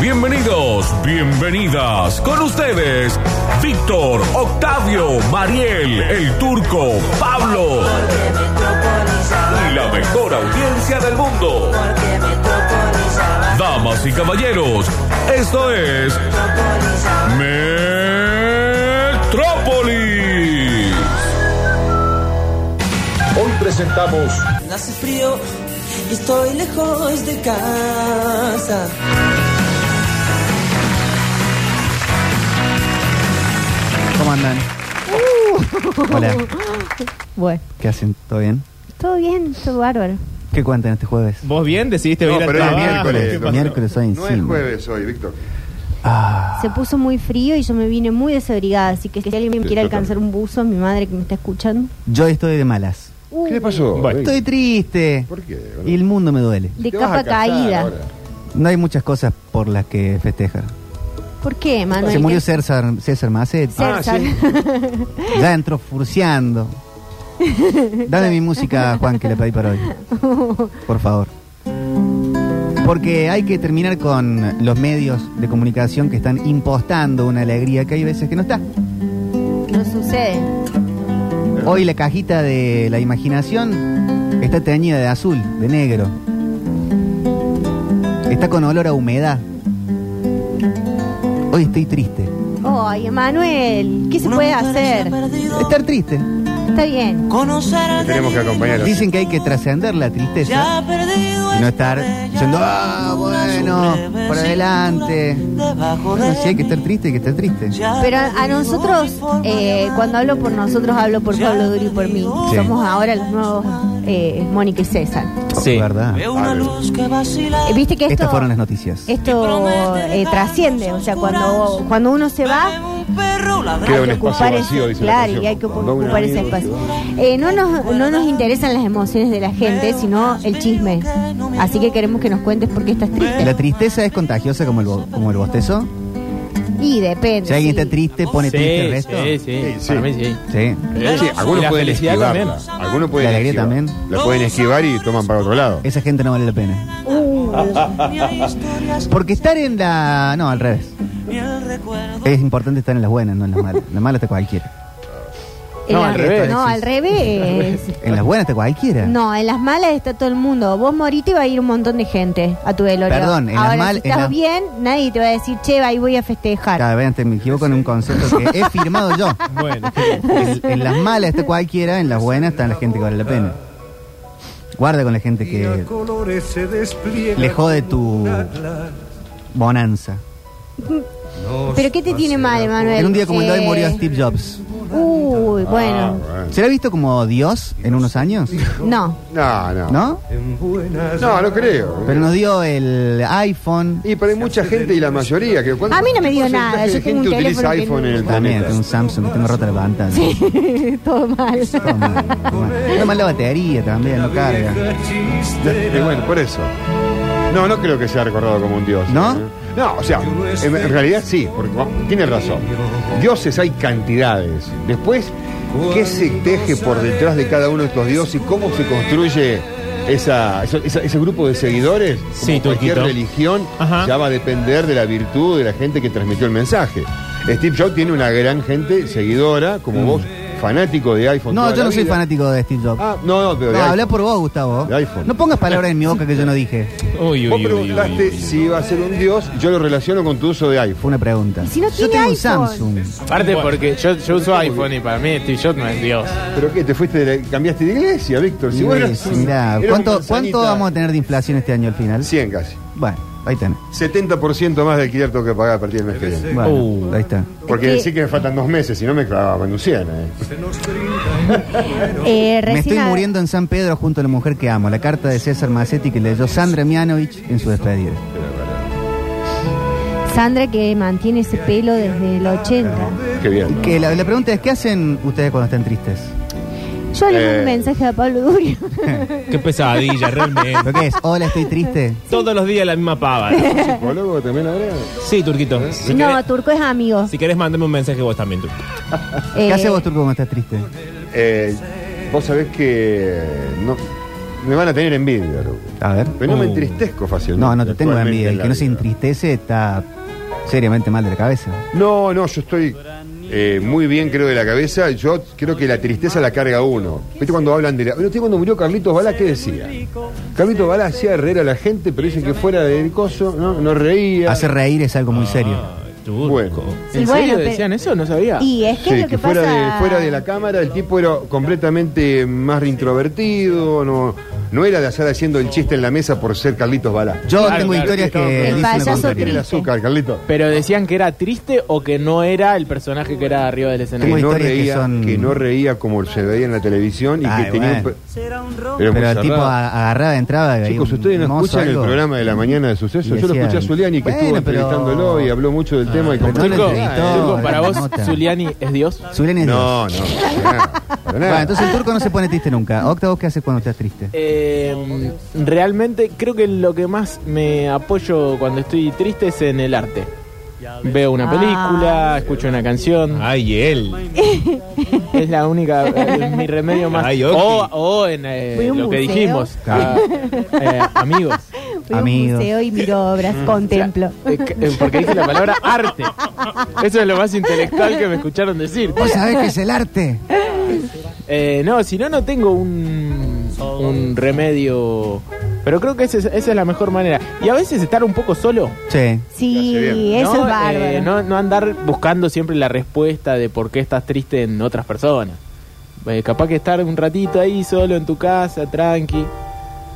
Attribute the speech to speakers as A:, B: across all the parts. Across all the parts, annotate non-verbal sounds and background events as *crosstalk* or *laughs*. A: Bienvenidos, bienvenidas. Con ustedes, Víctor, Octavio, Mariel, el turco, Pablo
B: Porque Metropolizaba,
A: y la mejor audiencia del mundo.
B: porque Metropolizaba,
A: Damas y caballeros, esto es
B: Metropolizaba.
A: Metrópolis.
C: Hoy presentamos
B: Hace frío y estoy lejos de casa.
D: ¿Cómo andan? Hola,
E: Bueno,
D: Uh. ¿qué hacen? ¿Todo bien?
E: todo bien, todo bárbaro.
D: ¿Qué cuentan este jueves?
F: ¿Vos bien? ¿Decidiste
G: No,
F: venir al
G: pero hoy es
F: trabajo?
G: miércoles.
F: Ah, ¿Qué
G: Los
F: pasó?
D: Miércoles hoy
G: No es
D: encima.
G: jueves hoy, Víctor.
D: Ah,
E: Se puso muy frío y yo me vine muy desabrigada, así que si alguien me quiere alcanzar un buzo, mi madre que me está escuchando.
D: yo estoy de malas.
E: Uh,
G: ¿Qué le pasó?
F: Bueno.
G: Víctor?
D: Estoy triste.
G: ¿Por qué?
D: Y el mundo me duele.
E: De
G: Te vas a
E: capa
G: casar
E: caída.
G: ahora.
D: No hay muchas cosas por las que festejar.
E: ¿Por qué, Manuel?
D: Se murió
E: ¿Qué-
D: César, Ah, César Macetti.
E: César.
D: Ya entró furciando. Dame mi música, Juan, que le pedí para hoy. Por favor. Porque hay que terminar con los medios de comunicación que están impostando una alegría que hay veces que no está.
E: *laughs* No sucede.
D: Hoy la cajita de la imaginación está teñida de azul, de negro. Está con olor a humedad. Hoy estoy triste.
E: Ay, Manuel, ¿qué se
B: Una
E: puede
B: mujer
E: hacer?
B: se ha perdido,
D: Estar triste.
E: Está bien.
B: Conocer al
G: Tenemos que
B: camino,
G: acompañarlo.
D: Dicen que hay que trascender la
B: se
D: tristeza
B: ha perdido
D: y no
B: esta
D: estar
B: bella
D: diciendo, ah,
B: luna,
D: bueno,
B: su breve
D: por adelante.
B: cintura debajo
D: Bueno,
B: de
D: si hay que
B: mí.
D: estar triste, hay que estar triste.
B: Se ha
E: Pero a
B: perdido
E: nosotros,
B: mi forma de
E: eh,
B: amar.
E: cuando hablo por nosotros, hablo por Pablo Duri y por mí.
D: Sí.
E: Somos ahora los nuevos eh, Mónica y César.
F: Sí.
D: ¿Verdad?
B: Veo una luz que vacila.
E: Eh, ¿Viste que esto...
D: Estas fueron las noticias.
E: Esto eh, trasciende, o sea, cuando, cuando uno se va,
B: Un perro ladrando.
G: Queda
E: hay
G: un
E: que
G: espacio
E: ocupar
G: vacío,
E: ese,
G: dice la
E: claro,
G: canción.
E: y hay que ocu-
G: Cuando una
E: ocupar ese
G: vive,
E: espacio. Eh, no, nos, no nos interesan las emociones de la gente, sino el chisme. Así que queremos que nos cuentes por qué estás
D: La
E: triste.
D: tristeza es contagiosa como el, bo- como el bostezo.
E: Y depende.
D: Si alguien
E: sí.
D: está triste, pone
F: Sí,
D: triste el resto.
F: Sí, sí,
G: Sí, sí.
F: Para mí sí.
D: Sí.
G: Sí, algunos
F: Y la
G: pueden
F: felicidad
G: esquivarla.
F: también.
G: Algunos pueden
D: La alegría
G: esquivar.
D: también.
G: La pueden esquivar y toman para otro lado.
D: Esa gente no vale la pena.
E: Uh,
D: Porque estar en la. No, al revés. Es importante estar en las buenas, no en las malas. En las malas está cualquiera.
E: en
F: No,
E: la-
F: al revés.
E: No,
D: *laughs*
E: al revés.
D: En las buenas está cualquiera.
E: No, en las malas está todo el mundo. Vos morite y va a ir un montón de gente a tu velorio.
D: Perdón, en las
E: Ahora,
D: mal-
E: si
D: en
E: estás
D: las-
E: bien, nadie te va a decir, che, ahí voy a festejar.
D: Cada vez antes me equivoco en un concepto que he firmado yo.
F: Bueno.
D: En, en las malas está cualquiera, en las buenas está la gente que vale la pena. Guarda con la gente que le jode tu bonanza.
E: ¿Pero qué te tiene mal, Manuel?
D: En un día como el de hoy Ah.
E: Eh,
D: murió Steve Jobs.
E: Uy,
G: Ah,
E: bueno.
D: ¿Será visto como Dios en unos años?
E: No. *laughs*
G: No, no.
D: ¿No?
G: No, no creo.
D: Pero nos dio el iPhone.
G: Y pero hay mucha gente y la mayoría que
E: A mí no me dio
G: porcentaje
E: nada, yo
G: de
E: tengo
G: gente
E: un
G: utiliza
E: teléfono que
G: iPhone
E: no-
G: en el
D: También, tengo
G: planeta.
D: un Samsung, tengo rota la pantalla.
E: todo mal.
D: Todo mal, todo mal. Toma la batería también, no carga.
G: Y bueno, por eso. No, no creo que sea recordado como un dios.
D: ¿No?
G: ¿eh? No, o sea, en en realidad sí, porque bueno, tiene razón. Dioses hay cantidades. Después, ¿qué se teje por detrás de cada uno de estos dioses y cómo se construye esa, eso- esa- ese grupo de seguidores? Como
F: Sí,
G: cualquier
F: Turquito.
G: religión
F: Ajá.
G: ya va a depender de la virtud de la gente que transmitió el mensaje. Steve Jobs tiene una gran gente seguidora, como vos, fanático de iPhone.
D: Mm. No,
G: toda
D: yo
G: la
D: no soy
G: vida.
D: fanático de Steve Jobs.
G: Ah, no, no, pero de
D: No,
G: iPhone.
D: habla por vos, Gustavo.
G: De iPhone.
D: No pongas palabras en mi boca que yo no dije.
F: Uy, uy,
G: Vos
F: uy, uy,
G: preguntaste
F: uy.
G: si iba a ser un dios, yo lo relaciono con tu uso de iPhone.
D: Fue una pregunta.
E: ¿Y si no
D: yo
E: tiene
D: tengo un
E: iPhone?
D: Samsung.
F: Aparte porque yo, yo uso iPhone y para mí Steve Jobs no es Dios.
G: ¿Pero qué? ¿Te fuiste de la- cambiaste de iglesia,
D: Y
G: Víctor? Pues Si vos
D: bueno,
G: eras-
D: mirá,
G: eras un
D: ¿cuánto,
G: manzanita-
D: ¿cuánto vamos a tener de inflación este año al final?
G: 100 casi.
D: Bueno, ahí tenés.
G: 70% más de alquiler tengo que pagar a partir del mes que viene.
D: Bueno,
F: Uh.
D: ahí está.
G: Porque
E: Es que-
G: decir que me faltan dos meses, si no me clavaba en un 100. eh.
E: Eh,
D: Me estoy
E: recién a-
D: muriendo en San Pedro junto a la mujer que amo. La carta de César Macetti que leyó Sandra Mianovich en su despedida.
E: Sandra que mantiene ese pelo desde el 80.
G: Qué bien. ¿no?
D: Que la, la pregunta es, ¿qué hacen ustedes cuando están tristes?
E: Yo le mando
G: Eh.
E: un mensaje a Pablo Durio.
F: Qué *laughs* pesadilla,
D: ¿Lo
F: realmente.
D: que es? Hola, estoy
E: *laughs*
D: triste.
F: Todos los días la misma pava.
G: ¿Psicólogo también agrega?
F: Sí, Turquito.
E: *laughs*
F: Si,
E: no,
F: querés,
E: Turco es amigo.
F: si querés, mandame un mensaje vos también, Turco.
D: ¿Qué
E: Eh,
D: haces vos, Turco, cuando estás triste?
G: Eh, vos sabés que no, Me van a tener envidia, loco.
D: A ver.
G: Pero no me
A: Uh.
G: entristezco fácilmente.
D: Oh. No, no te tengo
G: actualmente
D: envidia.
G: en
D: El
G: la
D: que no se
G: vida.
D: entristece está seriamente mal de la cabeza.
G: No, no, yo estoy eh, muy bien, creo, de la cabeza. Yo creo que la tristeza la carga uno. ¿Viste cuando hablan de la. ¿Viste cuando murió Carlitos Balá? ¿Qué decía? Carlitos Balá hacía reír a la gente, pero dice que fuera del coso, ¿no? No reía.
D: Hacer reír es algo muy
G: Ah,
D: serio.
G: Bueno.
E: Sí,
F: ¿En
E: bueno,
F: serio
E: pero-
F: decían eso? No sabía.
E: Y es que
G: Sí,
E: es lo que,
G: fuera,
E: pasa...
G: de, fuera de la cámara el tipo era completamente más introvertido, no, no era de estar haciendo el chiste en la mesa por ser Carlitos Balá.
D: Yo
F: Claro,
D: tengo
F: claro,
D: historias
F: sí, no,
D: que
F: pero-
D: dicen
E: El
D: lo
E: payaso
G: Tiene el
D: contrario.
E: triste.
G: azúcar, Carlitos.
F: Pero decían que era triste o que no era el personaje que era arriba del
G: Que
F: escenario.
D: Tengo
G: no,
D: historias que
G: reía, que,
D: son-
G: no reía como se veía en la televisión y
D: Ay,
G: que tenía un
D: bueno.
G: pe- Pero, muy
D: Pero el tipo
G: cerrado.
D: a- agarraba, entraba y veía
G: Chicos,
D: un
G: ustedes no
D: mozo,
G: escuchan el
D: algo.
G: programa de la mañana de suceso.
D: Y
G: Yo lo
D: decían,
G: escuché a Zuliani que
D: bueno,
G: estuvo
D: pero-
G: entrevistándolo y habló mucho del tema y
D: pero no
G: compró-
D: lo
F: Turco,
D: entrevistó,
F: Turco, para
D: la
F: vos,
D: nota.
F: Zuliani es Dios.
D: Zulén es Dios.
G: No, no, para nada, para nada.
D: Bueno, entonces el turco no se pone triste nunca. Octa, ¿vos qué haces cuando estás triste?
F: Eh, realmente creo que lo que más me apoyo cuando estoy triste es en el arte. Veo una
E: Ah.
F: película, escucho una canción.
A: Ah.
C: Ay, él.
F: Es la única, eh, mi remedio más.
C: Ay,
F: o,
C: Octi.
F: o en eh,
E: Fui a un
F: lo que
E: museo.
F: dijimos,
D: Claro.
F: a- eh, amigos.
E: Fui a un
D: Amigos.
E: museo y miro obras,
G: Mm.
E: contemplo.
F: Eh, c- eh, porque dije la palabra arte. Eso es lo más intelectual que me escucharon decir.
D: ¿Vos sabés qué es el arte?
F: Eh, no, si no, no tengo un, un remedio. Pero creo que ese es- esa es la mejor manera. Y a veces estar un poco solo.
D: Sí.
E: Sí,
G: Te hace bien,
E: eso
F: ¿no?
E: es bárbaro.
F: Eh, no, no andar buscando siempre la respuesta de por qué estás triste en otras personas. Eh, capaz que estar un ratito ahí solo en tu casa, tranqui.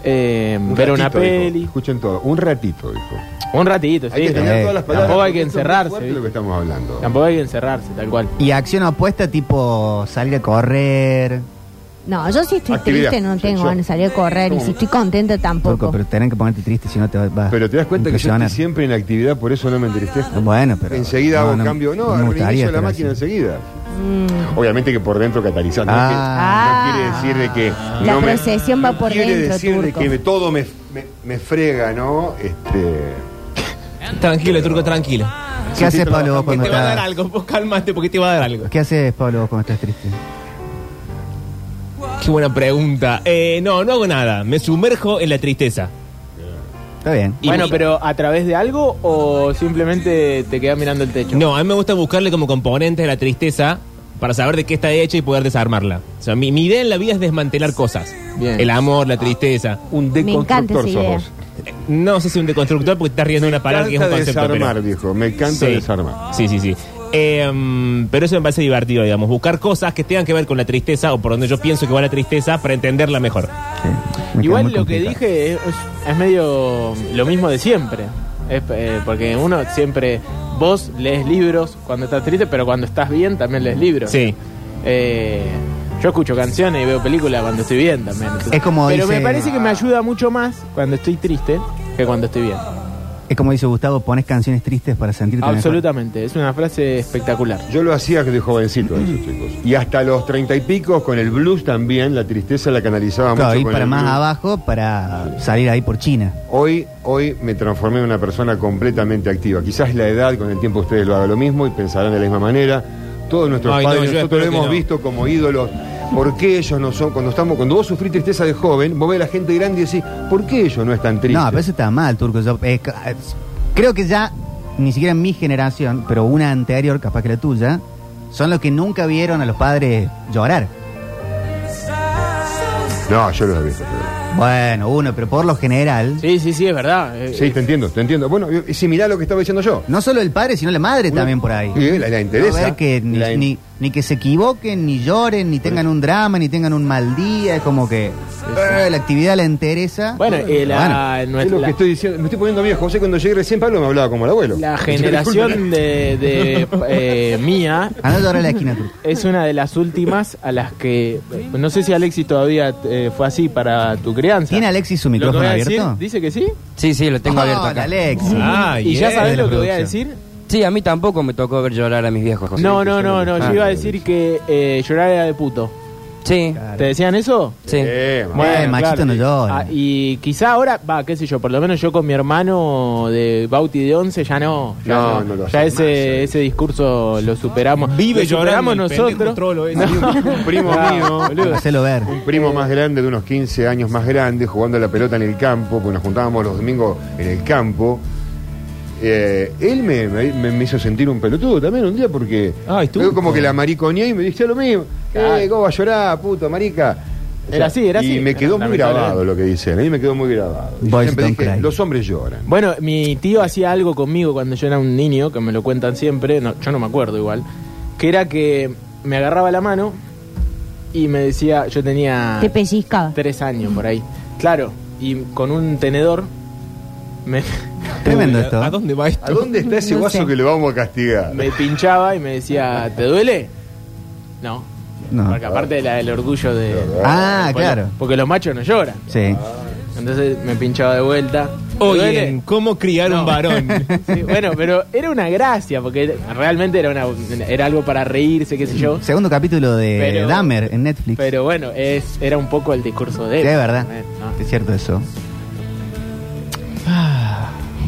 F: eh,
G: Un
F: ver una
G: ratito, dijo.
F: peli.
G: Escuchen todo. Un ratito, dijo.
F: Un ratito, sí.
G: Hay que
F: ¿no?
G: tener
D: Eh,
G: todas las palabras.
F: tampoco hay que
G: Esto es muy
F: encerrarse,
G: fuerte
F: ¿viste?
G: lo que estamos hablando.
F: Tampoco hay que encerrarse, tal cual.
D: Y acción opuesta, tipo salga a correr.
E: No, yo si estoy
G: Actividad.
E: triste no
G: Yo-
E: tengo
G: yo-
E: ganas de salir a correr y si estoy contenta
D: Turco,
E: tampoco.
D: pero tenés que ponerte triste si no te vas a
G: Pero te das cuenta que yo
D: impresionar.
G: estoy siempre en actividad, por eso no me entristezco.
D: Bueno, pero.
G: enseguida hago cambio. No,
D: me gustaría
G: reinicio la
D: estar
G: máquina
D: así.
G: enseguida.
E: Mm.
G: Obviamente que por dentro catalizando.
D: Ah.
G: No quiere decir de que.
E: La
G: no me-
E: procesión va
G: no
E: por
G: quiere
E: dentro,
G: decir de
E: Turco.
G: que me- todo me, me, me frega, ¿no? Este.
C: Tranquilo, turco, tranquilo.
D: ¿Qué haces, Pablo, vos
C: Porque
D: cuando
C: te Ah, va a dar
D: estás.?
C: algo. Vos calmate porque te va a dar algo.
D: ¿Qué haces, Pablo, vos cuando estás triste?
C: Qué buena pregunta. Eh, no, no hago nada. Me sumerjo en la tristeza.
D: Está bien.
C: Y
F: bueno,
C: mi-
F: pero ¿a través de algo o simplemente te quedas mirando el techo?
C: No, a mí me gusta buscarle como componente de la tristeza para saber de qué está hecha y poder desarmarla. O sea, mi, mi idea en la vida es desmantelar cosas.
F: Bien.
C: El amor, la tristeza.
G: Un
E: Me encanta
G: deconstructor
E: esa
G: sos
E: idea.
G: vos.
C: Eh, No sé si un deconstructor porque estás riendo de una palabra que es un
G: Canta
C: concepto. pero-
G: desarmar, dijo. Me encanta
C: Sí.
G: desarmar.
C: Sí, sí, sí. Eh, mm, pero eso me parece divertido, digamos. Buscar cosas que tengan que ver con la tristeza o por donde yo pienso que va la tristeza para entenderla mejor.
D: Sí, me queda
F: Igual
D: muy
F: lo que
D: complicado.
F: dije es, es medio lo mismo de siempre. Es, eh, porque uno siempre, vos lees libros cuando estás triste, pero cuando estás bien también lees libros.
C: Sí.
F: Eh, yo escucho canciones y veo películas cuando estoy bien también.
D: Es como
F: pero
D: dice-
F: me parece que me ayuda mucho más cuando estoy triste que cuando estoy bien.
D: Es como dice Gustavo, pones canciones tristes para sentirte mejor.
F: Absolutamente, es una frase espectacular.
G: Yo lo hacía de jovencito, eso, chicos. Y hasta los treinta y pico, con el blues también, la tristeza la canalizaba
D: Claro,
G: mucho.
D: ir
G: con
D: para
G: el
D: más
G: blues.
D: abajo para salir ahí por China.
G: Hoy, hoy me transformé en una persona completamente activa. Quizás la edad, con el tiempo ustedes lo hagan lo mismo y pensarán de la misma manera. Todos nuestros
C: Ay, no,
G: padres,
C: yo
G: nosotros
C: espero
G: lo
C: que
G: hemos
C: no.
G: visto como ídolos. ¿Por qué ellos no son? Cuando estamos, cuando vos sufrís tristeza de joven, vos ves a la gente grande y decís, ¿por qué ellos no están tristes?
D: No, pero eso está mal, Turco. Yo, eh, ca- eh, creo que ya, ni siquiera en mi generación, pero una anterior, capaz que la tuya, son los que nunca vieron a los padres llorar.
G: No, yo los he visto. pero-
D: Bueno, uno, pero por lo general,
F: Sí, sí, sí, es verdad. Eh,
G: Sí, te entiendo, te entiendo. Bueno, es similar a lo que estaba diciendo yo.
D: no solo el padre, sino la madre
G: Uno-
D: también por ahí.
G: Sí, la- la interesa.
D: No ver que ni,
G: La in-
D: ni- ni que se equivoquen, ni lloren, ni tengan un drama, ni tengan un mal día. Es como que eh, la actividad la interesa.
F: Bueno, eh, la,
G: Es
F: nuestra,
G: lo que estoy diciendo. Me estoy poniendo viejo. José, cuando llegué recién, Pablo me hablaba como el abuelo.
F: la generación de,
G: *laughs*
F: de, eh, mía
D: A no llorar a la esquina,
F: *laughs*
D: Turco.
F: Es una de las últimas a las que. No sé si Alexis todavía eh, fue así para tu crianza.
D: ¿Tiene Alexis su
F: Lo que
D: micrófono
F: voy a decir- Ah,
D: abierto?
F: ¿Dice que sí?
H: Sí, sí, lo tengo abierto
D: Hola,
H: acá.
D: Alexis.
C: Ah,
F: ¿Y ya
C: yeah.
F: sabes
D: de la
F: lo que voy a
D: producción.
F: decir?
H: Sí, a mí tampoco me tocó ver llorar a mis viejos. José.
F: No, no, no, no.
H: Ah.
F: Yo iba a decir que eh, llorar era de puto.
H: Sí,
F: ¿Te decían eso?
H: sí.
G: Eh, mamá.
D: Bueno, Maxito no
F: y-
D: llora.
F: ah, y quizá ahora, va, qué sé yo, por lo menos yo con mi hermano de Bauti de 11 ya no. Ya,
G: No, no
F: ya
G: lo hacen
F: ese,
G: más, eh.
F: ese discurso lo superamos.
C: Vive
F: lo
C: llorando
F: superamos
C: el
F: *laughs*
C: pendejo
F: nosotros.
C: trolo ese.
G: Un
C: *laughs*
G: primo mío,
F: boludo.
D: Hacelo ver.
G: Un primo más grande, de unos 15 años más grande, jugando a la pelota en el campo, pues nos juntábamos los domingos en el campo. Eh, él me, me- me hizo sentir un pelotudo también un día porque
F: Ah,
C: Ay, tú.
G: yo como que la mariconeé y me dijiste lo mismo. Eh, ¿Cómo va a llorar, puto, marica?
F: Era así, era
G: Y
F: así.
G: me quedó
F: Era
G: muy
F: lamentable.
G: grabado lo que dicen, a mí me quedó muy grabado. Y yo
D: Boys
G: siempre
D: don't
G: dije,
D: cry.
G: los hombres lloran.
F: Bueno, mi tío hacía algo conmigo cuando yo era un niño, que me lo cuentan siempre, no, yo no me acuerdo igual, que era que me agarraba la mano y me decía, yo tenía
E: Te pellizcaba.
G: Eh,
F: tres años por ahí, claro, y con un tenedor me, *laughs*
D: Tremendo esto. ¿eh?
C: ¿A dónde va
G: ¿A
C: esto?
G: dónde está ese
E: No
G: guaso
E: sé.
G: que lo vamos a castigar?
F: me pinchaba y me decía, ¿te duele? No,
D: No.
F: porque aparte de la del orgullo de...
D: Ah,
F: porque-
D: claro.
F: Porque los machos no lloran.
D: Sí.
F: Entonces me pinchaba de vuelta. ¿te
C: Oye,
F: duele?
C: en ¿cómo criar
F: No.
C: un varón?
F: *laughs* Sí, bueno, pero era una gracia, porque realmente era una era algo para reírse, qué sé yo.
D: Segundo capítulo de
F: Pero-
D: Dahmer en Netflix.
F: Pero bueno, es, era un poco el discurso de
D: Sí,
F: él.
D: es verdad.
F: Eh, no.
D: Es cierto eso.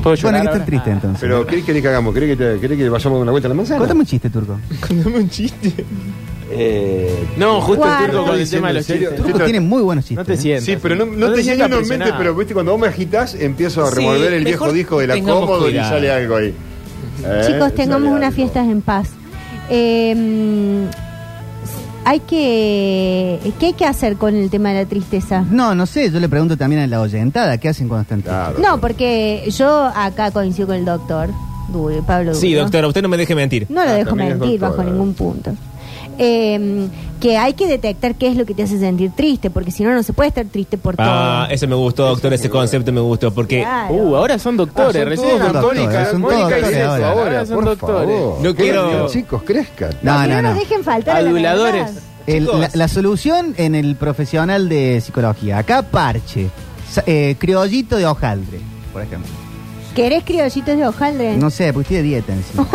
F: ¿Puedo
D: Bueno,
F: llorar
D: que
F: ahora?
D: están triste
F: Ah.
D: entonces.
G: Pero, ¿qué querés que hagamos? ¿Querés que, te- querés que vayamos a dar una vuelta a la manzana?
D: Contame un chiste, Turco.
G: Eh,
F: No, justo
E: Guarda.
F: el turco con el tema de los
G: ¿En serio?
F: chistes.
D: Turco
G: Esto-
D: tiene muy buenos chistes.
F: No te
D: ¿eh?
F: sientas.
G: Sí, pero no, no
F: te
G: tenía ni
F: sientas
G: uno en mente,
F: presionado.
G: pero viste, cuando vos me agitas, empiezo a
H: Sí,
G: revolver el
H: mejor
G: viejo disco de la
H: tengamos
G: cómodo y
H: cuidado.
G: sale algo ahí. Eh,
E: *laughs* Chicos,
G: sale
E: tengamos unas
G: algo.
E: fiestas en paz. Eh, hay que. ¿Qué hay que hacer con el tema de la tristeza?
D: No, no sé, yo le pregunto también a la oyentada, ¿qué hacen cuando están tristes?
G: Claro.
E: No, porque yo acá coincido con el doctor Duro, Pablo Duro.
C: Sí, doctora, usted no me deje mentir.
E: No lo
G: Ah,
E: dejo
G: también es
E: mentir bajo
G: doctora.
E: ningún punto. Eh, que hay que detectar qué es lo que te hace sentir triste, porque si no, no se puede estar triste por
C: Ah, ese me gustó, doctor, ese concepto me gustó,
E: todo.
C: porque
E: Claro.
F: Uh, ahora son doctores,
G: Ah, son
F: recién.
G: todos
D: eran
G: doctores,
D: doctores, son
G: Mónica
D: todos
G: y
D: doctores
G: eso,
D: ahora.
G: ahora,
F: Ahora son
G: por
F: doctores.
G: favor.
C: No quiero-
G: Crezcan, chicos, crezcan.
D: No,
E: Que
D: no,
E: no nos
D: no.
E: dejen faltar. a la
F: Aduladores.
E: verdad.
D: El-
C: Chicos.
D: la, la solución en el profesional de psicología. Acá parche. Sa- eh, criollito de hojaldre, por ejemplo.
E: ¿Querés criollitos de hojaldre?
D: No sé, porque tiene dieta encima.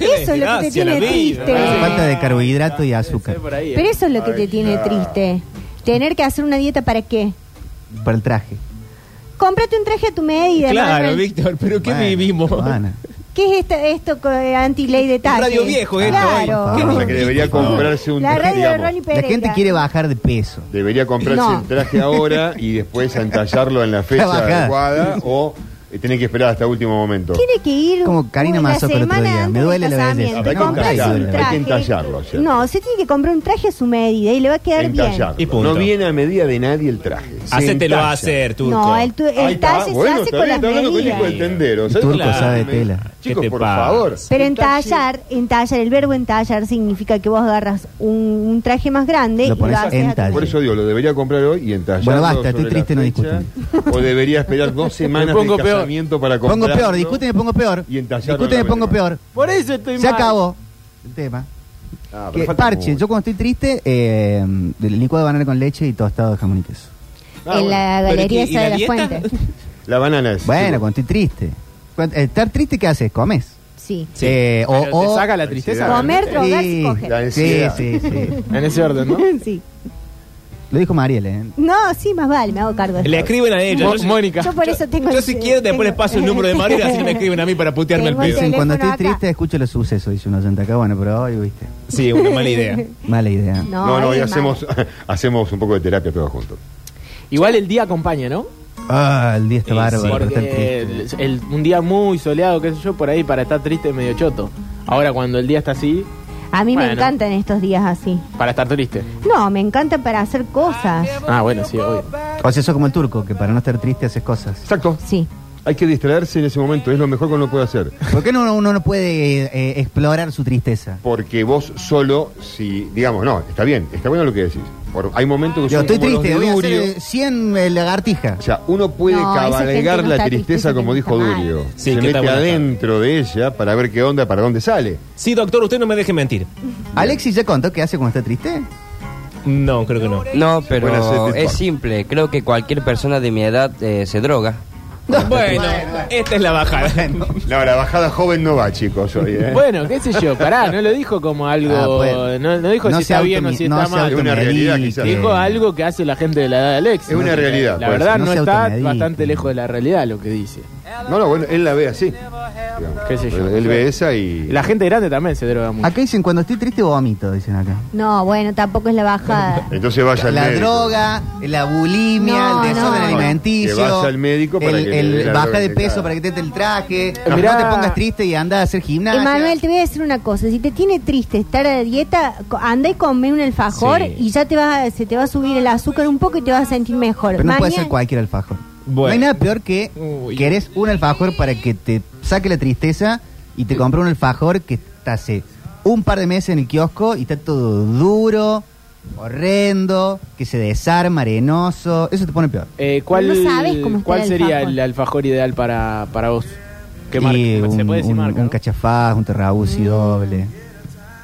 E: Eso es lo que te tiene triste.
D: Hace falta de carbohidrato y azúcar.
F: Por ahí, eh.
E: Pero eso es lo que te tiene triste. Tener que hacer una dieta para qué?
D: Para el traje.
E: Cómprate un traje a tu medida.
C: Claro,
E: Manuel.
C: Víctor, pero ¿qué
D: Bueno,
C: vivimos?
D: bueno.
E: ¿Qué es esto, esto co- eh, anti-ley de talle?
C: Radio viejo, esto,
E: Claro.
D: hoy,
G: O sea, que debería comprarse un
E: La radio de
G: digamos,
E: Ronnie
D: La
E: Pereira.
D: gente quiere bajar de peso.
G: Debería comprarse
E: No.
G: el traje ahora y después entallarlo
E: *laughs*
G: en la fecha
D: Trabajá.
G: adecuada o eh, tener que esperar hasta último momento.
E: Tiene que ir.
D: Como Karina
E: una
D: Mazzocco el otro
E: semana
D: día.
E: antes
D: Me
E: del
D: duele la
E: casamiento.
D: belleza.
G: Hay que
E: Comprarse
G: entallarlo,
E: un
G: hay que
E: traje.
G: entallarlo, o sea.
E: No, se tiene que comprar un traje a su medida y le va a quedar bien.
G: Entallarlo.
C: Y punto.
G: No viene a medida de nadie el traje. Se
C: *laughs* Hacételo
G: entalla.
C: hacer, turco.
E: No, el, tu- el
G: Ahí está,
E: talle
G: bueno,
E: se hace
G: está
E: con
G: bien,
E: las
G: está hablando con el hijo
E: medidas.
G: del tendero. ¿sabes?
D: Turco
G: ¿eh? Claro.
D: sabe tela.
G: Chicos,
C: ¿Qué te
G: por
C: pasa?
G: favor.
E: Pero
G: Un talle-
E: entallar, entallar, el verbo entallar significa que vos agarras un, un traje más grande
D: Lo
E: y
D: pones
E: lo haces
D: en
E: a tu
D: talle.
G: Por eso digo, lo debería comprar hoy y entallarlo
D: Bueno, basta,
G: sobre
D: estoy
G: la
D: triste, no
G: fecha, O debería esperar
D: *laughs*
G: dos semanas
F: pongo
G: de
F: peor.
G: casamiento para
D: Pongo
G: comprarlo.
D: peor, discute me pongo peor.
G: Y entallarlo
D: Discute
G: en
D: me
G: la
D: pongo
G: mesa.
D: peor.
F: Por eso estoy
D: Se
F: mal.
D: acabó el tema.
G: Ah, pero
D: Que
G: falta
D: parche,
G: mucho.
D: yo cuando estoy triste, eh, licuado de banana con leche y tostado de jamón y queso.
G: Ah,
E: en
G: bueno.
E: la
C: Pero
E: galería
C: ¿y- y
E: esa
C: la
E: de las
C: dieta?
E: fuentes.
G: La banana es.
D: Bueno, cuando estoy triste. Cuando- eh, estar triste, ¿qué haces? Comes.
E: Sí. *laughs*
C: Sí.
D: Eh, o,
F: Pero
D: o-
F: te saca la tristeza.
E: Comer,
D: Sí,
E: drogarse y coger.
G: La
D: sí,
G: ansiedad.
D: sí, sí.
F: En ese orden, ¿no?
E: Sí.
D: Lo dijo Mariel, ¿eh?
E: No, sí, más vale, me hago cargo. de
C: *laughs* Le
E: esto.
C: escriben a ella.
F: Mo-
C: yo si-
F: Mónica.
E: Yo por eso tengo
C: Yo
E: el-
C: si quiero después
E: tengo-
C: les paso el número de María así me escriben a mí para putearme el
E: Tengo el
C: pedo.
D: Dicen, cuando estoy
E: teléfono acá.
D: triste, escucho los sucesos, dice un oyente acá. Bueno, pero hoy, viste.
C: Sí, una mala idea.
D: Mala idea.
E: *laughs* No,
G: No, no,
E: es
G: y
E: malo.
G: hacemos, *laughs* hacemos un poco de terapia todos juntos.
F: Igual el día acompaña, ¿no?
D: Ah, el día está
C: Sí,
D: bárbaro.
C: porque-
D: estar triste.
F: Porque el- el- un día muy soleado, qué sé yo, por ahí para estar triste es medio choto. Ahora cuando el día está así,
E: A mí
F: Bueno.
E: me encantan estos días así.
F: para estar triste.
E: No, me encanta para hacer cosas.
F: Ah, bueno, sí, obvio.
D: O sea, sos como el turco, que para no estar triste haces cosas.
G: Exacto.
E: Sí.
G: Hay que distraerse en ese momento, es lo mejor que uno puede hacer.
D: ¿Por qué no, uno no puede eh, explorar su tristeza?
G: Porque vos solo, si, digamos, no, está bien, está bueno lo que decís. Por- hay momentos que
D: Yo
G: son
D: estoy
G: como los
D: triste,
G: de
D: voy a hacer
G: Durio.
D: eh, 100 eh, lagartijas.
G: O sea, uno puede
E: No, esa gente
G: cabalgar
E: no
G: la
E: está
G: tristeza,
E: triste,
G: como
E: está
G: dijo
E: mal.
G: Durio.
C: Sí,
G: Se
C: ¿qué tal?
G: mete
C: Buenas
G: adentro de ella para ver qué onda, para dónde sale.
C: Sí, doctor, usted no me deje mentir.
D: Alexis ya contó qué hace cuando está triste.
C: No, creo que no.
H: No,
G: Buenas,
H: pero
G: Eti,
H: es
G: por-
H: simple. Creo que cualquier persona de mi edad eh, se droga.
C: Bueno, esta es la bajada.
G: No, la bajada joven no va, chicos, hoy, ¿eh?
F: Bueno, qué sé yo, pará, no lo dijo como algo.
D: Ah, pues.
F: no, no dijo
D: No
F: si
D: se
F: está bien o si
D: automi- no
F: está
D: se
F: mal.
G: Es una realidad, quizás.
D: automedique.
F: Dijo algo que hace la gente de la edad de Alex.
G: Es una realidad,
F: La
G: pues.
F: verdad
D: Eh, No
F: no,
D: se
F: está
D: automedique.
F: bastante lejos de la realidad lo que dice.
G: No, no, bueno, él la ve así. digamos.
F: Qué sé yo.
G: Él, él ve esa y.
F: La gente grande también se droga mucho.
D: Acá Ah, dicen, cuando estoy triste vomito, dicen acá.
E: No, bueno, tampoco es la
C: *laughs*
E: bajada.
G: Entonces vaya al
D: La
G: médico.
D: droga, la bulimia,
E: No,
D: el desorden
E: no.
D: alimenticio.
G: Que vas al médico para
D: el,
G: que te
D: el
G: dé la
D: baja
G: droga
D: de
G: que
D: peso
G: cada-
D: para que te dé el traje.
F: Mirá.
D: No te pongas triste y anda a hacer gimnasia.
E: Emanuel, te voy a decir una cosa. Si te tiene triste estar a dieta, co- anda y come un alfajor
C: Sí.
E: y ya te va, se te va a subir el azúcar un poco y te vas a sentir mejor.
D: Pero no puede
E: Mañana-
D: ser cualquier alfajor.
C: Bueno.
D: No hay nada peor que
C: Uy.
D: que eres un alfajor para que te saque la tristeza y te compre un alfajor que está hace un par de meses en el kiosco y está todo duro, horrendo, que se desarma, arenoso. Eso te pone peor.
F: Eh, ¿Cuál,
E: No sabes cómo está
F: cuál
E: el
F: sería
E: alfajor.
F: el alfajor ideal para, para vos? ¿Qué marca?
D: Y
F: ¿Se
D: Eh, un,
F: puede decir
D: un-
F: marca?
D: un
F: no?
D: cachafaz, un terrabuzzi doble,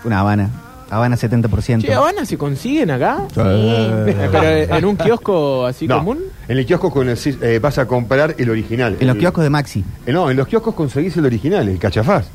D: una habana. Habana 70%.
F: Che, ¿Habana se consiguen acá?
E: Sí.
F: Eh, ¿Pero eh, en un kiosco así
G: No,
F: común?
G: En el kiosco con el- eh, vas a comprar el original.
D: en los
G: El-
D: kioscos de Maxi.
G: Eh, no, en los kioscos conseguís el original, el cachafaz.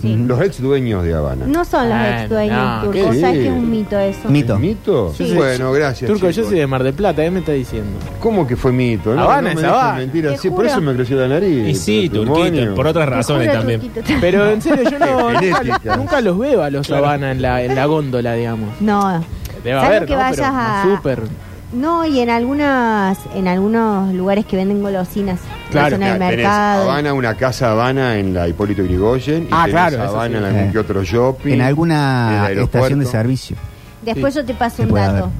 E: Sí.
G: Los ex dueños de Habana.
E: No son los
F: Ah,
E: ex dueños
F: no,
E: turcos. ¿Sabes
G: ¿qué
E: que es
G: dices?
E: un mito eso?
D: Mito.
G: ¿Mito?
E: Sí.
G: Bueno, gracias.
F: Turco, yo
G: chicos.
F: soy de Mar del Plata, ¿qué me está diciendo?
G: ¿Cómo que fue mito? No,
F: Habana
G: no
F: es
G: me dejes
F: Habana.
G: mentir
E: Te
G: así. Por
E: juro.
G: eso me creció la nariz.
C: Y sí,
G: el
C: Turquito,
G: pulmonio.
C: por otras
E: Te
C: razones
E: juro,
C: también.
E: Turquito.
F: Pero en serio, yo no,
D: *laughs*
G: Genética.
F: nunca, nunca los veo a los Habana en la, en la góndola, digamos.
E: No.
F: Debe
E: Salvo
F: haber,
E: que
F: ¿no?
E: vayas
F: Pero
E: a-
F: como súper.
E: No, y en algunas, en algunos lugares que venden golosinas.
F: Claro,
E: en el
G: Mirá, tenés
E: mercado.
G: Habana, una casa Habana en la Hipólito Yrigoyen. Y
F: Ah,
G: tenés
F: claro, eso
G: Habana en
F: sí.
G: algún
D: Eh.
G: que otro shopping.
D: En
G: en el
D: alguna
G: aeropuerto.
D: estación de servicio.
E: Después yo te paso
D: Se
E: un
D: puede
E: dato.
D: haber.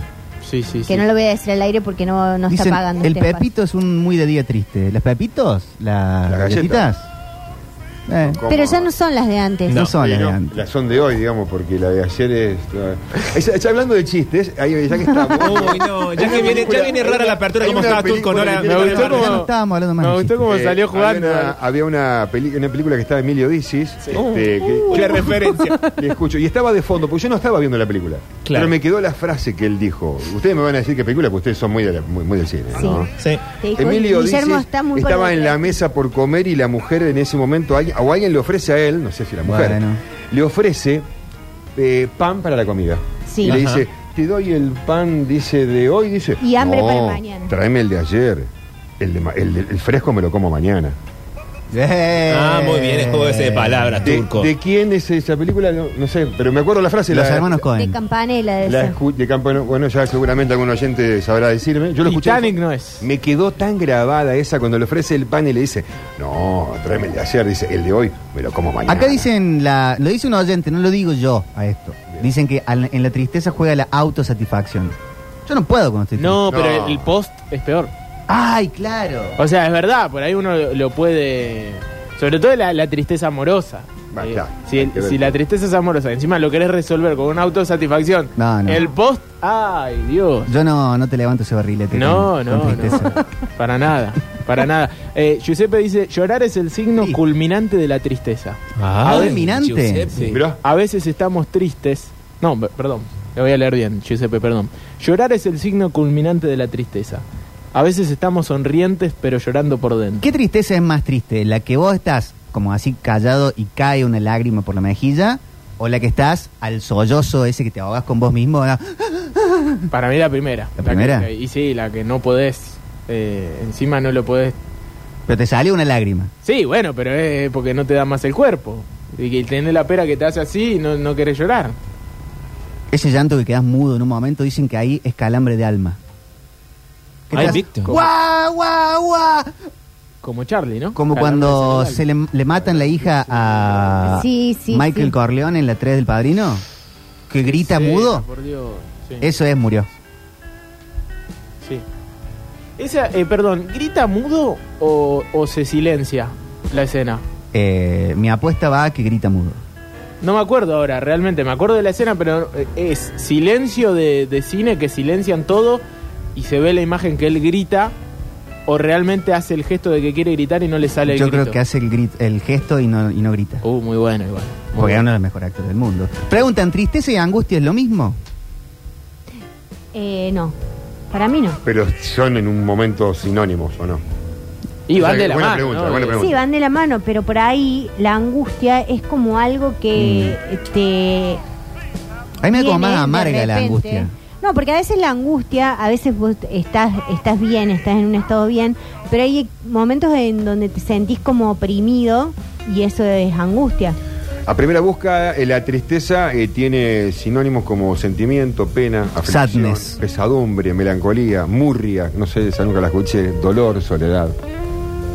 F: Sí, sí, sí.
E: Que no lo voy a decir al aire porque no, no
D: Dicen,
E: está pagando.
D: el
E: este espacio.
D: Pepito es un muy de día triste. ¿Las Pepitos? ¿Las,
G: Las
D: galletitas? Eh,
G: ¿Cómo?
E: Pero ya no son las de antes.
D: no, son
G: Sí,
D: las de
G: no,
D: antes.
G: las son de hoy, digamos, porque la de ayer es. es- es- hablando de chistes, ahí,
C: *laughs*
G: ya que estamos.
C: Uy, no, ya
G: Hay
C: que
G: una
C: viene- ya
G: película-
C: viene rara la apertura,
G: hay
C: ¿cómo
G: una
C: estás, Turco?
G: película
C: No
G: que
C: la-
F: me
G: tiene
F: gustó
G: que ver-
F: como-
D: Ya no estábamos hablando más
F: Me
D: de
F: gustó
D: chistes.
F: como
G: Eh,
F: salió jugando.
G: Había una, había una peli- una película que estaba Emilio Dicis. este, que-
C: Qué referencia.
G: que escucho. *laughs* Y estaba de fondo, porque yo no estaba viendo la película.
C: Claro.
G: Pero me quedó la frase que él dijo. Ustedes me van a decir qué película, porque ustedes son muy, de la- muy, muy del cine.
E: Sí.
G: ¿no?
C: Sí.
E: Te dijo,
G: Emilio
E: Guillermo
G: Dicis
E: está muy
G: estaba en
E: colorido.
G: la mesa por comer y la mujer en ese momento, alguien- o alguien le ofrece a él, no sé si la mujer,
D: Bueno.
G: le ofrece eh, pan para la comida.
E: Sí.
G: Y le
C: Ajá.
G: dice, te doy el pan, dice, de hoy, dice.
E: Y hambre
G: "No,
E: para mañana".
G: Tráeme el de ayer. El, de ma- el de- el fresco me lo como mañana.
D: Eh.
C: Ah, muy bien, es juego ese de palabras,
G: De,
C: Turco.
G: de quién es esa película? No, no sé, pero me acuerdo la frase.
D: Los
G: la-
D: hermanos
E: De
D: Cohen.
E: campanela de
G: La
E: ese.
G: escu- de campo, bueno, bueno, ya seguramente algún oyente sabrá decirme. Yo lo escuché.
F: Titanic no es.
G: Me quedó tan grabada esa cuando le ofrece el pan y le dice, no, tráeme el de ayer, dice, el de hoy, me lo como mañana.
D: Acá dicen, la, lo dice un oyente, no lo digo yo a esto. Dicen que al- en la tristeza juega la autosatisfacción. Yo no puedo cuando estoy
F: No,
G: No.
F: pero el, el post es peor.
D: triste. ¡Ay, claro!
F: O sea, es verdad, por ahí uno lo puede. Sobre todo la, la tristeza amorosa.
G: Va,
F: Eh,
G: claro,
F: si
G: hay
F: el-
G: que ver.
F: si la tristeza es amorosa, encima lo querés resolver con una autosatisfacción.
D: No, no.
F: El post, ay Dios.
D: Yo no, no te levanto ese barrilete.
F: No,
D: con-
F: no,
D: con
F: no.
D: tristeza.
F: Para nada, para nada. Eh, Giuseppe dice, llorar es el signo
D: Sí.
F: culminante de la tristeza.
C: Ah,
D: Dominante.
C: Giuseppe.
F: Sí.
G: Mirá.
F: A veces estamos tristes. No, pe- perdón. Le voy a leer bien, Giuseppe, perdón. Llorar es el signo culminante de la tristeza. A veces estamos sonrientes, pero llorando por dentro.
D: ¿Qué tristeza es más triste? ¿La que vos estás como así callado y cae una lágrima por la mejilla? ¿O la que estás al sollozo ese que te ahogas con vos mismo? Ah,
F: Para mí la primera.
D: ¿La
F: que-
D: primera?
F: y sí, la que no podés. eh, encima no lo podés.
D: Pero te sale una lágrima.
F: Sí, bueno, pero es porque no te da más el cuerpo. Y que tenés la pera que te hace así y no, no querés llorar.
D: Ese llanto que quedas mudo en un momento, dicen que ahí es calambre de alma. Que
C: Ay,
D: estás,
C: Víctor.
D: ¡Guau, guau, guau!
F: Como Charlie, ¿no?
D: Como
F: Cada uno
D: cuando
F: de
D: se
F: ese
D: le, le matan la hija a
E: Sí, sí,
D: Michael
E: sí.
D: Corleone en la 3 del Padrino, que grita
F: nivel. Sí,
D: mudo.
F: por Dios, sí.
D: Eso es, murió.
F: Sí. Esa, eh, perdón, ¿grita mudo o, o se silencia la escena?
D: Eh, mi apuesta va a que grita mudo.
F: No me acuerdo ahora, realmente. Me acuerdo de la escena, pero eh, es silencio de, de cine que silencian todo y se ve la imagen que él grita o realmente hace el gesto de que quiere gritar y no le sale el
D: Yo
F: grito.
D: creo que hace el, grit- el gesto y no, y no grita.
F: Uh, muy bueno, igual. Muy
G: Oh.
D: Porque es
F: bueno.
D: uno de los mejores actores del mundo. Preguntan, ¿tristeza y angustia es lo mismo?
E: Eh, no. Para mí no.
G: Pero son en un momento sinónimos, ¿o no?
F: Y
G: Esa
F: van de
G: es
F: la
G: buena
F: mano,
G: pregunta,
F: ¿no?
G: buena pregunta.
E: Sí, van de la mano, pero por ahí la angustia es como algo que
G: Mm.
E: te
D: A mí me da como
E: viene
D: más
E: de
D: amarga la
E: repente.
D: angustia.
E: No, porque a veces la angustia, a veces vos estás, estás bien, estás en un estado bien, pero hay momentos en donde te sentís como oprimido y eso es angustia.
G: A primera busca, eh, la tristeza eh, tiene sinónimos como sentimiento, pena, aflicción,
D: Sadness.
G: pesadumbre, melancolía, murria, no sé, esa nunca la escuché, dolor, soledad.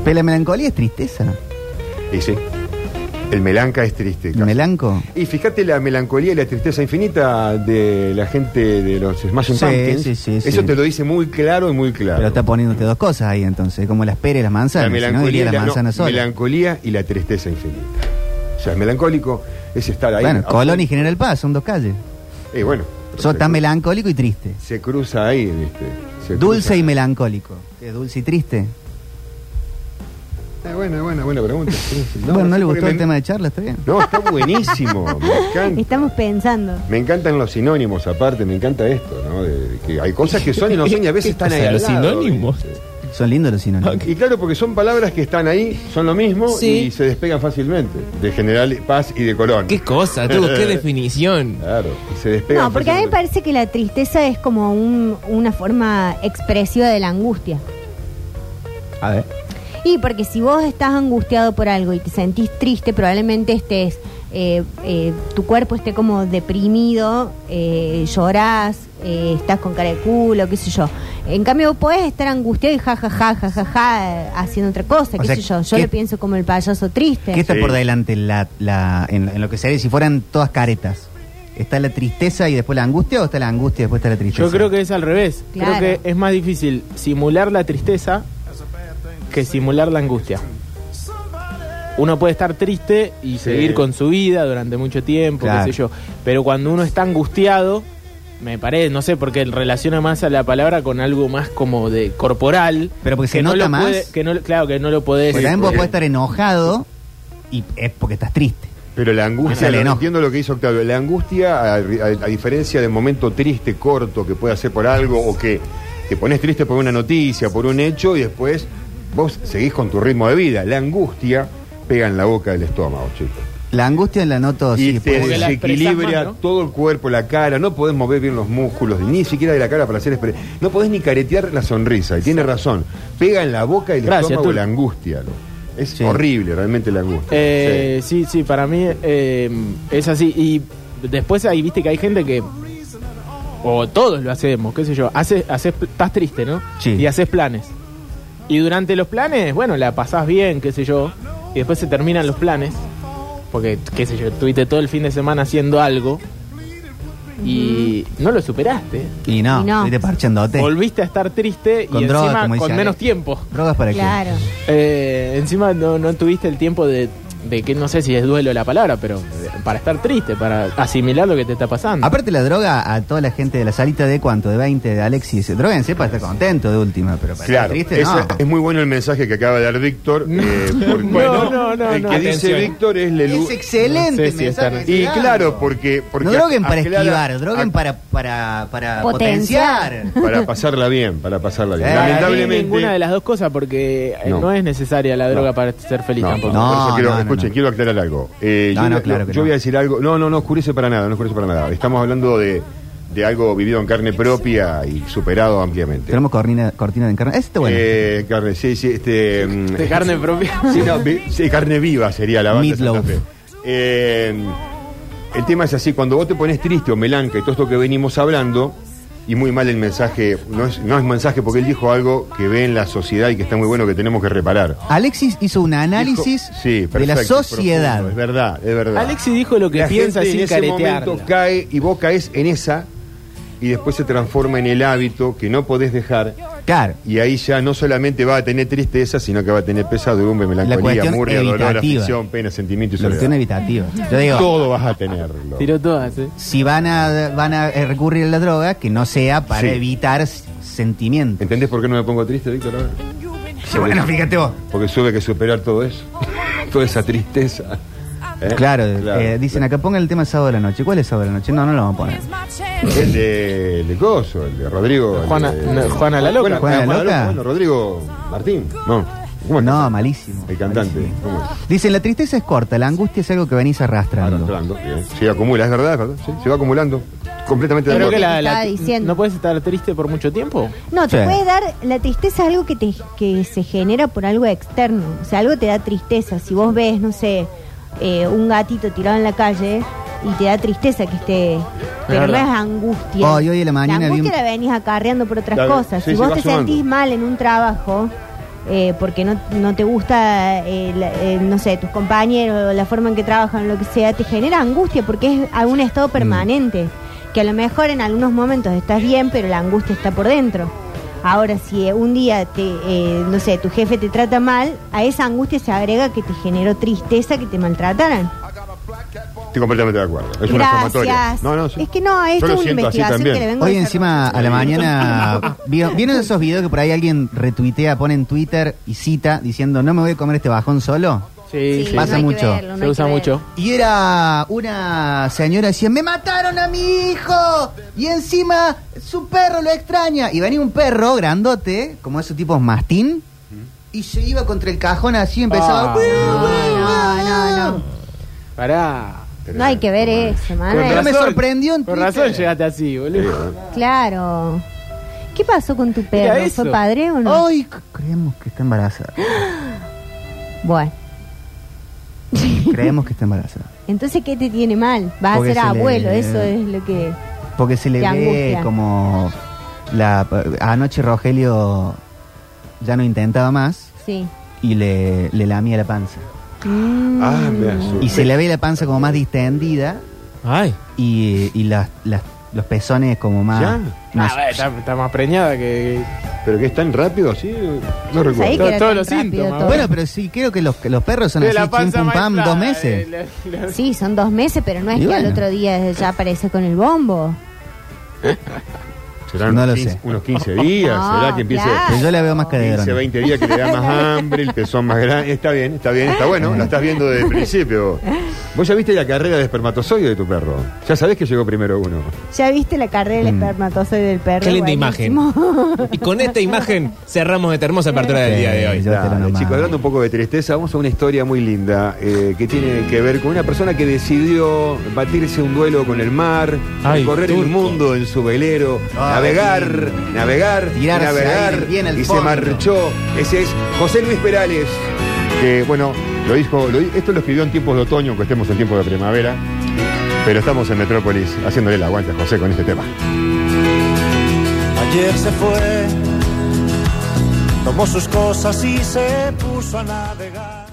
D: Pero la melancolía es tristeza.
G: Y sí, el melanca es triste. casi.
D: Melanco.
G: y fíjate la melancolía y la tristeza infinita de la gente de los Smashing
D: Sí,
G: Pumpkins.
D: sí, sí,
G: Eso
D: sí.
G: te lo dice muy claro y muy claro.
D: Pero está poniéndote dos cosas ahí entonces, como las peras y las manzanas.
G: la
D: si no,
G: melancolía,
D: diría
G: y
D: la
G: la- no,
D: manzana sola.
G: melancolía y la tristeza infinita. O sea, el melancólico es estar ahí.
D: Bueno,
G: a-
D: Colón y General Paz son dos calles.
G: Eh, bueno.
D: Sos
G: perfecto.
D: tan melancólico y triste.
G: Se cruza ahí, ¿viste? Se
D: Dulce
G: cruza.
D: y melancólico. ¿Qué es dulce y triste?
G: Eh, bueno, buena, buena pregunta. Sí, sí.
D: bueno, ¿no
G: sé
D: le
G: por
D: gustó
G: qué
D: el
G: me-
D: tema de charla? Está bien.
G: No, está buenísimo. Me
E: *laughs*
G: encanta.
E: Estamos pensando.
G: Me encantan los sinónimos, aparte, me encanta esto, ¿no? De- de que hay cosas que son y no son y a
C: *laughs*
G: veces están
C: O
G: ahí.
C: sea,
G: al
C: los
G: lado,
C: sinónimos. *laughs*
G: ¿viste?
D: Son lindos los sinónimos.
G: Y claro, porque son palabras que están ahí, son lo mismo
B: Sí.
G: y se despegan fácilmente. De General Paz y de Colón.
C: Qué cosa, tú, qué definición.
G: Claro, y se despegan.
E: No, porque a mí me
G: fácilmente.
E: parece que la tristeza es como un- una forma expresiva de la angustia.
D: A ver.
E: Y porque si vos estás angustiado por algo y te sentís triste, probablemente estés, eh, eh, tu cuerpo esté como deprimido, eh, llorás, eh, estás con cara de culo, qué sé yo. En cambio, vos podés estar angustiado y jajaja, jajaja, haciendo otra cosa,
D: O
E: qué
D: sea,
E: sé yo. Yo
D: ¿qué-
E: lo pienso como el payaso triste.
D: ¿Qué está
G: Sí.
D: por delante la, la- en, en lo que sería si fueran todas caretas? ¿Está la tristeza y después la angustia o está la angustia y después está la tristeza?
F: Yo creo que es al revés.
E: Claro.
F: Creo que es más difícil simular la tristeza que simular la angustia. Uno puede estar triste y seguir con su vida durante mucho tiempo,
D: Claro.
F: qué sé yo. Pero cuando uno está angustiado, me parece, no sé, porque relaciona más a la palabra con algo más como de corporal.
D: Pero porque se
F: que no
D: nota
F: lo
D: más.
F: puede- que no, claro, que no lo podés.
D: Porque también vos
G: porque-
D: podés estar enojado y es porque estás triste.
G: Pero la angustia,
D: Bueno,
G: lo-
D: no.
G: entiendo lo que hizo Octavio, la angustia, a, a- a diferencia del momento triste, corto que puede hacer por algo o que te pones triste por una noticia, por un hecho y después vos seguís con tu ritmo de vida. La angustia pega en la boca del estómago, chicos.
D: La angustia la noto,
G: y
D: sí,
G: te
F: porque
D: puede-
F: la expresás
G: desequilibra
F: más, ¿no?
G: todo el cuerpo, la cara, no podés mover bien los músculos, ni siquiera de la cara para hacer expre- No podés ni caretear la sonrisa, y tiene razón. Pega en la boca y el
F: Gracias,
G: estómago
F: tú.
G: la angustia. loco. Es
D: Sí.
G: horrible realmente la angustia.
F: Eh, sí. sí, para mí eh, es así. Y después ahí viste que hay gente que. O todos lo hacemos, qué sé yo. Haces, haces, estás triste, ¿no?
D: Sí.
F: Y haces planes. Y durante los planes, bueno, la pasás bien, qué sé yo. Y después se terminan los planes. Porque, qué sé yo, estuviste todo el fin de semana haciendo algo. Y no lo superaste.
D: Y no,
E: Y no.
D: estás parchándote.
F: Volviste a estar triste
D: Con
F: y
D: droga,
F: encima
D: como dice
F: con menos
D: Ale.
F: tiempo.
D: ¿Drogas para qué?
E: Claro.
F: Eh, encima no, no tuviste el tiempo de, de que no sé si es duelo la palabra, pero eh, para estar triste, para asimilar lo que te está pasando.
G: Ah,
D: Aparte la droga a toda la gente de la salita de cuánto, de 20, de Alexis, droguense para estar contento de última, pero para
G: Claro,
D: estar triste
G: eso
D: no.
G: es muy bueno el mensaje que acaba de dar Víctor.
F: *laughs*
G: eh, porque
F: No, no, no,
G: el que
F: no.
G: dice
F: Atención.
G: Víctor es Lelu.
D: Es excelente
F: No sé si
D: mensaje
F: están-
D: que
G: Y
D: está dando.
G: claro, porque. porque
D: no droguen para
G: aclara-
D: esquivar, droguen
G: ac-
D: para, para, para
E: Potenciar.
D: potenciar.
G: Para pasarla bien, para pasarla bien.
D: Eh,
F: Para mí
G: Lamentablemente.
F: ninguna de las dos cosas, porque eh,
G: No.
F: no, es necesaria la droga
G: No.
F: para ser feliz
G: No,
F: tampoco.
D: No,
G: por eso quiero,
D: no, no,
G: escuchen,
D: no.
G: quiero aclarar algo. Eh,
D: No,
G: yo,
D: no,
G: yo-
D: claro que no.
G: yo voy a decir algo. No, no, no oscurece para nada, no oscurece para nada. Estamos hablando de, de algo vivido en carne propia y superado ampliamente.
D: Tenemos cortina, cortina de encarna. Este bueno.
G: Este- Eh, carne, sí, sí, este. mm,
F: De carne propia.
G: *laughs* Sí, no, vi- sí, carne viva sería la banda de Santa
D: Meatloaf.
G: Fe. Eh, el tema es así, cuando vos te pones triste o melanca y todo esto que venimos hablando, y muy mal el mensaje, no es, no es mensaje porque él dijo algo que ve en la sociedad y que está muy bueno que tenemos que reparar.
D: Alexis hizo un análisis
G: Dijo- sí,
D: de la
G: perfecto,
D: sociedad.
G: profundo, es verdad, es verdad.
F: Alexis dijo lo que
G: La
F: piensa
G: gente
F: sin
G: en ese
F: caretearla.
G: momento cae y vos caes en esa y después se transforma en el hábito que no podés dejar
D: Claro.
G: y ahí ya no solamente va a tener tristeza, sino que va a tener pesadumbre, melancolía,
D: cuestión
G: murria, dolor,
D: evitativa.
G: aflicción, pena, sentimiento y
D: La cuestión
G: soledad.
D: evitativa. Yo digo,
G: Todo vas a tenerlo.
F: Tiró todas, ¿eh?
D: si van a, van a eh, recurrir a la droga, que no sea para
G: Sí.
D: evitar s- sentimientos.
G: ¿Entendés por qué no me pongo triste, Víctor? ahora?
D: Sí, bueno, fíjate vos.
G: Porque tuve que superar todo eso. *laughs* Toda esa tristeza. ¿Eh?
D: Claro, eh, dicen
G: claro.
D: acá, pongan el tema sábado de la noche. ¿Cuál es sábado de la noche? No, no lo vamos a poner.
G: El de, el de Coso, el de Rodrigo. el
F: Juana-
G: de-
F: no, Juana la Loca.
G: Bueno,
D: Juana la
G: Juana
D: Loca.
G: Bueno, Rodrigo Martín. No. ¿Cómo es?
D: No, malísimo.
G: El cantante.
D: malísimo.
G: ¿Cómo es?
D: Dicen, la tristeza es corta, la angustia es algo que venís arrastrando.
G: Arrastrando, bien. Se acumula, es verdad, es verdad. sí, se va acumulando. Completamente de
F: Creo
G: acuerdo.
F: que la,
E: Estaba
F: la-
E: diciendo.
F: ¿No puedes estar triste por mucho tiempo?
E: No, te
D: Sí.
E: puede dar la tristeza es algo que te que se genera por algo externo, o sea, algo te da tristeza. Si vos ves, no sé, eh, un gatito tirado en la calle y te da tristeza que esté, pero no es
F: verdad.
E: angustia.
D: Hoy, hoy en la mañana vi
E: angustia
D: un-
E: la venís acarreando por otras
G: Claro,
E: cosas.
G: sí,
E: si
G: sí,
E: vos
G: va
E: te
G: sumando.
E: sentís mal en un trabajo eh, porque no, no te gusta, eh, la- eh, no sé, tus compañeros, la forma en que trabajan, lo que sea, te genera angustia porque es a un
G: Mm.
E: estado permanente. Que a lo mejor en algunos momentos estás bien, pero la angustia está por dentro. Ahora, si eh, un día, te, eh, no sé, tu jefe te trata mal, a esa angustia se agrega que te generó tristeza que te maltrataran.
G: Estoy completamente de acuerdo. Es una sumatoria.
E: Gracias.
G: No, no, sí.
E: Es que no,
G: Yo
E: esto
G: lo
E: es una
G: siento así
E: investigación que
G: también.
E: le vengo a
D: Hoy
E: hacer.
D: encima a la
F: *laughs*
D: mañana vieron, vieron esos videos que por ahí alguien retuitea, pone en Twitter y cita diciendo no me voy a comer este bajón solo.
E: Sí, no
F: Sí, sí.
E: hay
D: Pasa
E: que
D: mucho.
E: verlo, no
F: Se
E: hay
F: usa
E: que
F: mucho.
D: Y era una señora decía, me mataron a mi hijo y encima su perro lo extraña. Y venía un perro grandote, como esos tipos mastín, y se iba contra el cajón así y empezaba...
F: Ah,
E: no, no, no.
F: Pará.
E: ver. No hay que ver eso,
F: Con
D: Pero
E: Manuel.
D: me
F: razón.
D: sorprendió en
F: Por
D: Twitter.
F: razón llegaste así, boludo.
E: Claro. ¿Qué pasó con tu
F: Mira
E: perro?
F: eso.
E: ¿Fue padre o no?
D: Ay, c- creemos que está
F: *laughs*
D: embarazada.
E: Bueno.
D: creemos que está embarazada.
E: Entonces, ¿qué te tiene mal? Vas a
D: Porque se
E: ser
D: le-
E: abuelo, eso es lo que...
D: Porque se le
E: Te
D: ve
E: angustia.
D: como la anoche Rogelio ya no intentaba más
E: Sí.
D: y le, le lamía la panza.
E: Mm.
G: Ah, me asusté.
D: Y se le ve la panza como más distendida
C: Ay.
D: y, y las, las- los pezones como más.
G: ¿Ya?
D: más-
F: Ah, bueno, está, está más preñada que.
G: Pero que es tan rápido así, no
E: Sabés
G: recuerdo.
E: que era
F: Todos
E: tan
F: los
E: rápido
F: síntomas,
E: todo.
D: bueno, pero sí, creo que los, que los perros son
F: que
D: así, chim pum pam,
F: maestra,
D: dos meses.
F: eh, la- la-
E: Sí, son dos meses, pero no es
D: Y
E: que
D: bueno.
E: al otro día ya aparece con el bombo.
G: Serán
D: No lo
G: 15
D: sé.
G: unos 15 días,
E: No,
G: será que empiece
E: claro.
D: Pero yo la veo más
G: 15,
D: caderona.
G: 20 días que le da más hambre, el pezón más grande. Está bien, está bien, está bueno, la estás viendo desde el principio. Vos ya viste la carrera de espermatozoide de tu perro. Ya sabés que llegó primero uno.
E: ¿Ya viste la carrera
D: Mm.
E: del espermatozoide del perro?
C: Qué linda
E: Buenísimo.
C: imagen. Y con esta imagen cerramos esta hermosa apertura del
D: Sí,
C: día de hoy.
D: yo te lo
G: Dale,
D: nomás.
G: chicos, hablando un poco de tristeza, vamos a una historia muy linda eh, que tiene que ver con una persona que decidió batirse un duelo con el mar,
C: Ay,
G: recorrer el
C: turco.
G: mundo en su velero,
D: Ay,
G: navegar,
D: lindo.
G: navegar,
D: Tirarse ahí
G: navegar,
D: bien al
G: y se
D: fondo.
G: marchó. Ese es José Luis Perales, que bueno, lo dijo, lo di- esto lo escribió en tiempos de otoño, que estemos en tiempos de primavera, pero estamos en Metrópolis haciéndole el aguante a José con este tema.
H: Ayer se fue, tomó sus cosas y se puso a navegar.